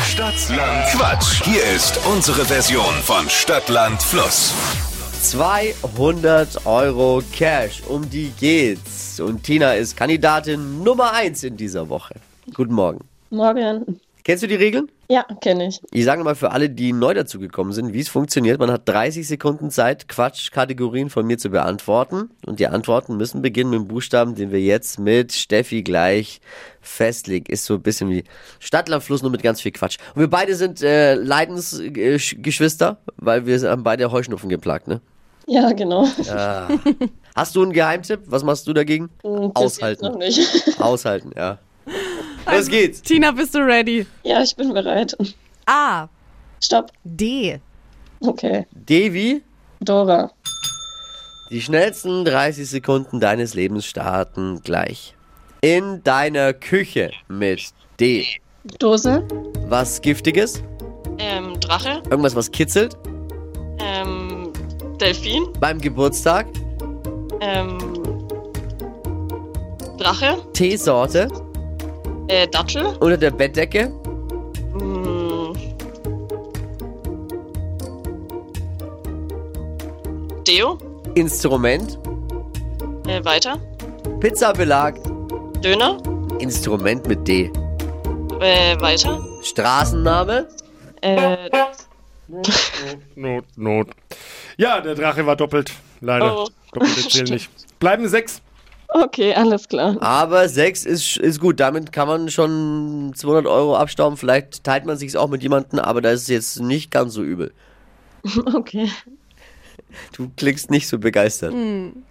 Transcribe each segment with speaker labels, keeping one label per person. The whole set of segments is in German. Speaker 1: Stadtland Quatsch. Hier ist unsere Version von Stadtland Fluss.
Speaker 2: 200 Euro Cash. Um die geht's. Und Tina ist Kandidatin Nummer 1 in dieser Woche. Guten Morgen.
Speaker 3: Morgen.
Speaker 2: Kennst du die Regeln?
Speaker 3: Ja, kenne ich.
Speaker 2: Ich sage mal für alle, die neu dazugekommen sind, wie es funktioniert. Man hat 30 Sekunden Zeit, Quatschkategorien von mir zu beantworten. Und die Antworten müssen beginnen mit dem Buchstaben, den wir jetzt mit Steffi gleich festlegen. Ist so ein bisschen wie Stadtlandfluss, nur mit ganz viel Quatsch. Und wir beide sind äh, Leidensgeschwister, weil wir haben beide Heuschnupfen geplagt, ne?
Speaker 3: Ja, genau.
Speaker 2: Hast du einen Geheimtipp? Was machst du dagegen?
Speaker 3: Das jetzt Noch
Speaker 2: Aushalten.
Speaker 3: nicht.
Speaker 2: Aushalten, ja. Los geht's.
Speaker 4: Tina, bist du ready?
Speaker 3: Ja, ich bin bereit.
Speaker 4: A.
Speaker 3: Stopp.
Speaker 4: D.
Speaker 3: Okay.
Speaker 2: Devi,
Speaker 3: Dora.
Speaker 2: die schnellsten 30 Sekunden deines Lebens starten gleich. In deiner Küche mit D.
Speaker 3: Dose.
Speaker 2: Was Giftiges?
Speaker 3: Ähm, Drache.
Speaker 2: Irgendwas, was kitzelt?
Speaker 3: Ähm, Delfin.
Speaker 2: Beim Geburtstag?
Speaker 3: Ähm, Drache.
Speaker 2: Teesorte?
Speaker 3: Äh, Dattel.
Speaker 2: Unter der Bettdecke?
Speaker 3: Mm. Deo.
Speaker 2: Instrument?
Speaker 3: Äh, weiter.
Speaker 2: Pizzabelag?
Speaker 3: Döner.
Speaker 2: Instrument mit D.
Speaker 3: Äh, weiter.
Speaker 2: Straßenname?
Speaker 3: Äh,
Speaker 5: Not, Not. Ja, der Drache war doppelt. Leider.
Speaker 3: Oh.
Speaker 5: Doppelte zählen nicht. Bleiben sechs.
Speaker 3: okay, alles klar.
Speaker 2: Aber 6 ist, ist gut. Damit kann man schon 200 Euro abstauben. Vielleicht teilt man sich's auch mit jemandem, aber da ist es jetzt nicht ganz so übel.
Speaker 3: Okay.
Speaker 2: Du klingst nicht so begeistert.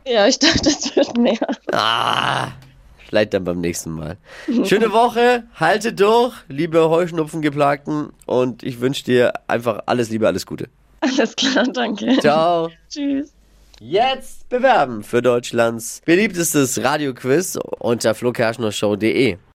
Speaker 3: Ja, ich dachte, es wird mehr.
Speaker 2: Ah, vielleicht dann beim nächsten Mal. Schöne Woche, halte durch, liebe Heuschnupfengeplagten. Und ich wünsche dir einfach alles Liebe, alles Gute.
Speaker 3: Alles klar, danke.
Speaker 2: Ciao.
Speaker 3: Tschüss.
Speaker 2: Jetzt bewerben für Deutschlands beliebtestes Radioquiz unter flokerschnershow.de.